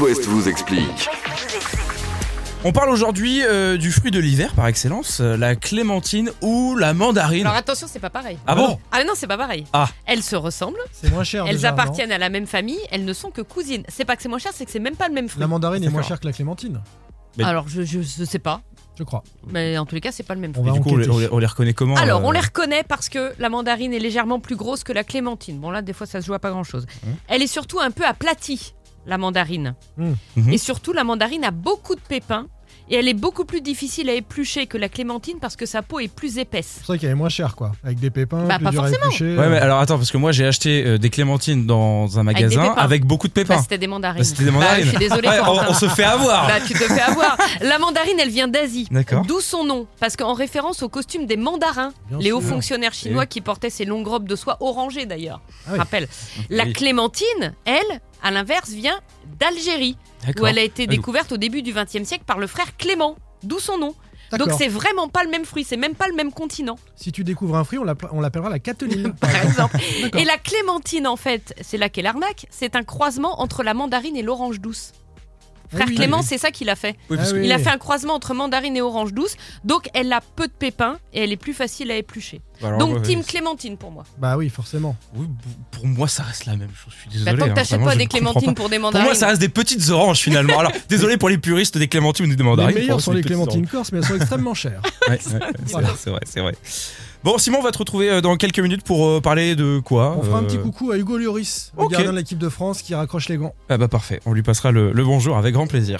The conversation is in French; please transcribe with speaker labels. Speaker 1: West vous explique.
Speaker 2: On parle aujourd'hui euh, du fruit de l'hiver par excellence, euh, la clémentine ou la mandarine.
Speaker 3: Alors attention, c'est pas pareil.
Speaker 2: Ah bon
Speaker 3: Ah non, c'est pas pareil.
Speaker 2: Ah.
Speaker 3: Elles se ressemblent,
Speaker 4: C'est moins cher.
Speaker 3: elles
Speaker 4: déjà, non
Speaker 3: appartiennent à la même famille, elles ne sont que cousines. C'est pas que c'est moins cher, c'est que c'est même pas le même fruit.
Speaker 4: La mandarine est moins
Speaker 2: D'accord.
Speaker 4: chère que la clémentine,
Speaker 2: Mais-
Speaker 3: Alors je, je, je sais pas,
Speaker 4: je crois.
Speaker 3: mais en tous les cas, c'est pas le même
Speaker 4: On
Speaker 3: fruit.
Speaker 4: va
Speaker 2: Et du coup, on les,
Speaker 4: enquêter.
Speaker 2: on les- on les reconnaît comment
Speaker 3: Alors,
Speaker 2: euh,
Speaker 3: on les reconnaît parce que la mandarine est légèrement plus grosse que la clémentine. Bon, là, des fois, ça se joue à pas grand chose.
Speaker 2: Mmh.
Speaker 3: Elle est surtout un peu aplatie, la mandarine.
Speaker 4: Mmh.
Speaker 2: Mmh.
Speaker 3: Et surtout, la mandarine a beaucoup de pépins. Et elle est beaucoup plus difficile à éplucher que la clémentine parce que sa peau est plus épaisse.
Speaker 4: C'est vrai qu'elle est moins chère, quoi. Avec des pépins,
Speaker 3: Bah,
Speaker 4: plus
Speaker 3: pas
Speaker 4: dur à
Speaker 3: forcément.
Speaker 4: éplucher.
Speaker 2: Ouais, mais alors attends, parce que moi j'ai acheté euh, des clémentines dans un
Speaker 3: des
Speaker 2: magasin avec,
Speaker 3: pépins.
Speaker 2: beaucoup de
Speaker 3: Bah,
Speaker 2: pépins.
Speaker 3: c'était des mandarines.
Speaker 2: Bah, c'était des
Speaker 3: Bah,
Speaker 2: mandarines.
Speaker 3: je suis désolée.
Speaker 2: Ouais, on,
Speaker 3: Corentin.
Speaker 2: on se fait avoir.
Speaker 3: Bah, tu te fais avoir. La mandarine, elle vient d'Asie.
Speaker 2: Ah. D'accord.
Speaker 3: D'où son nom, parce qu'en référence au costume des mandarins,
Speaker 4: Bien
Speaker 3: les hauts
Speaker 4: sûr.
Speaker 3: fonctionnaires chinois qui portaient ces longues robes de soie orangées d'ailleurs.
Speaker 4: Ah oui.
Speaker 3: Rappel. La
Speaker 2: Oui.
Speaker 3: clémentine, elle, à l'inverse, vient d'Algérie, où
Speaker 2: D'accord. Ah
Speaker 3: elle a été
Speaker 2: donc-
Speaker 3: découverte au début du XXe siècle par le frère Clément. D'où son nom. Donc
Speaker 4: D'accord.
Speaker 3: c'est vraiment pas le même fruit, c'est même pas le même continent,
Speaker 4: Si tu découvres un fruit, on l'appelle- on l'appellera la cataline.
Speaker 3: par exemple.
Speaker 4: Ah D'accord.
Speaker 3: et la clémentine, en fait, c'est là qu'est l'arnaque, c'est un croisement entre la mandarine et l'orange douce. Frère
Speaker 4: Ah Oui.
Speaker 3: Clément, c'est ça qu'il a fait.
Speaker 2: Oui, parce
Speaker 4: Ah
Speaker 2: que-
Speaker 4: oui.
Speaker 3: Il a fait un croisement entre mandarine et orange douce, donc elle a peu de pépins et elle est plus facile à éplucher.
Speaker 2: Bah, alors,
Speaker 3: donc
Speaker 2: ouais,
Speaker 3: team
Speaker 2: ouais.
Speaker 3: clémentine pour moi.
Speaker 4: Bah oui, forcément.
Speaker 2: Oui, pour moi ça reste la même chose. Je suis désolé.
Speaker 3: Bah, tant
Speaker 2: hein,
Speaker 3: que t'achètes
Speaker 2: vraiment,
Speaker 3: pas
Speaker 2: je
Speaker 3: des
Speaker 2: ne comprends
Speaker 3: clémentines
Speaker 2: pas.
Speaker 3: pour des
Speaker 2: Pour
Speaker 3: mandarines.
Speaker 2: moi, ça reste des petites oranges finalement. Alors, désolé pour les puristes des clémentines ou des mandarines.
Speaker 4: Les
Speaker 2: pour moi,
Speaker 4: meilleures
Speaker 2: c'est
Speaker 4: sont
Speaker 2: des
Speaker 4: les
Speaker 2: petites
Speaker 4: clémentines corse, mais elles sont extrêmement chères.
Speaker 2: Ouais, ouais, c'est
Speaker 4: Voilà.
Speaker 2: vrai, c'est vrai, c'est vrai. Bon, Simon, on va te retrouver euh, dans quelques minutes pour euh, parler de quoi
Speaker 4: On fera un
Speaker 2: euh,
Speaker 4: petit coucou à Hugo Lloris, le
Speaker 2: ok.
Speaker 4: gardien de l'équipe de France qui raccroche les gants.
Speaker 2: Ah bah parfait, on lui passera le, le bonjour avec grand plaisir.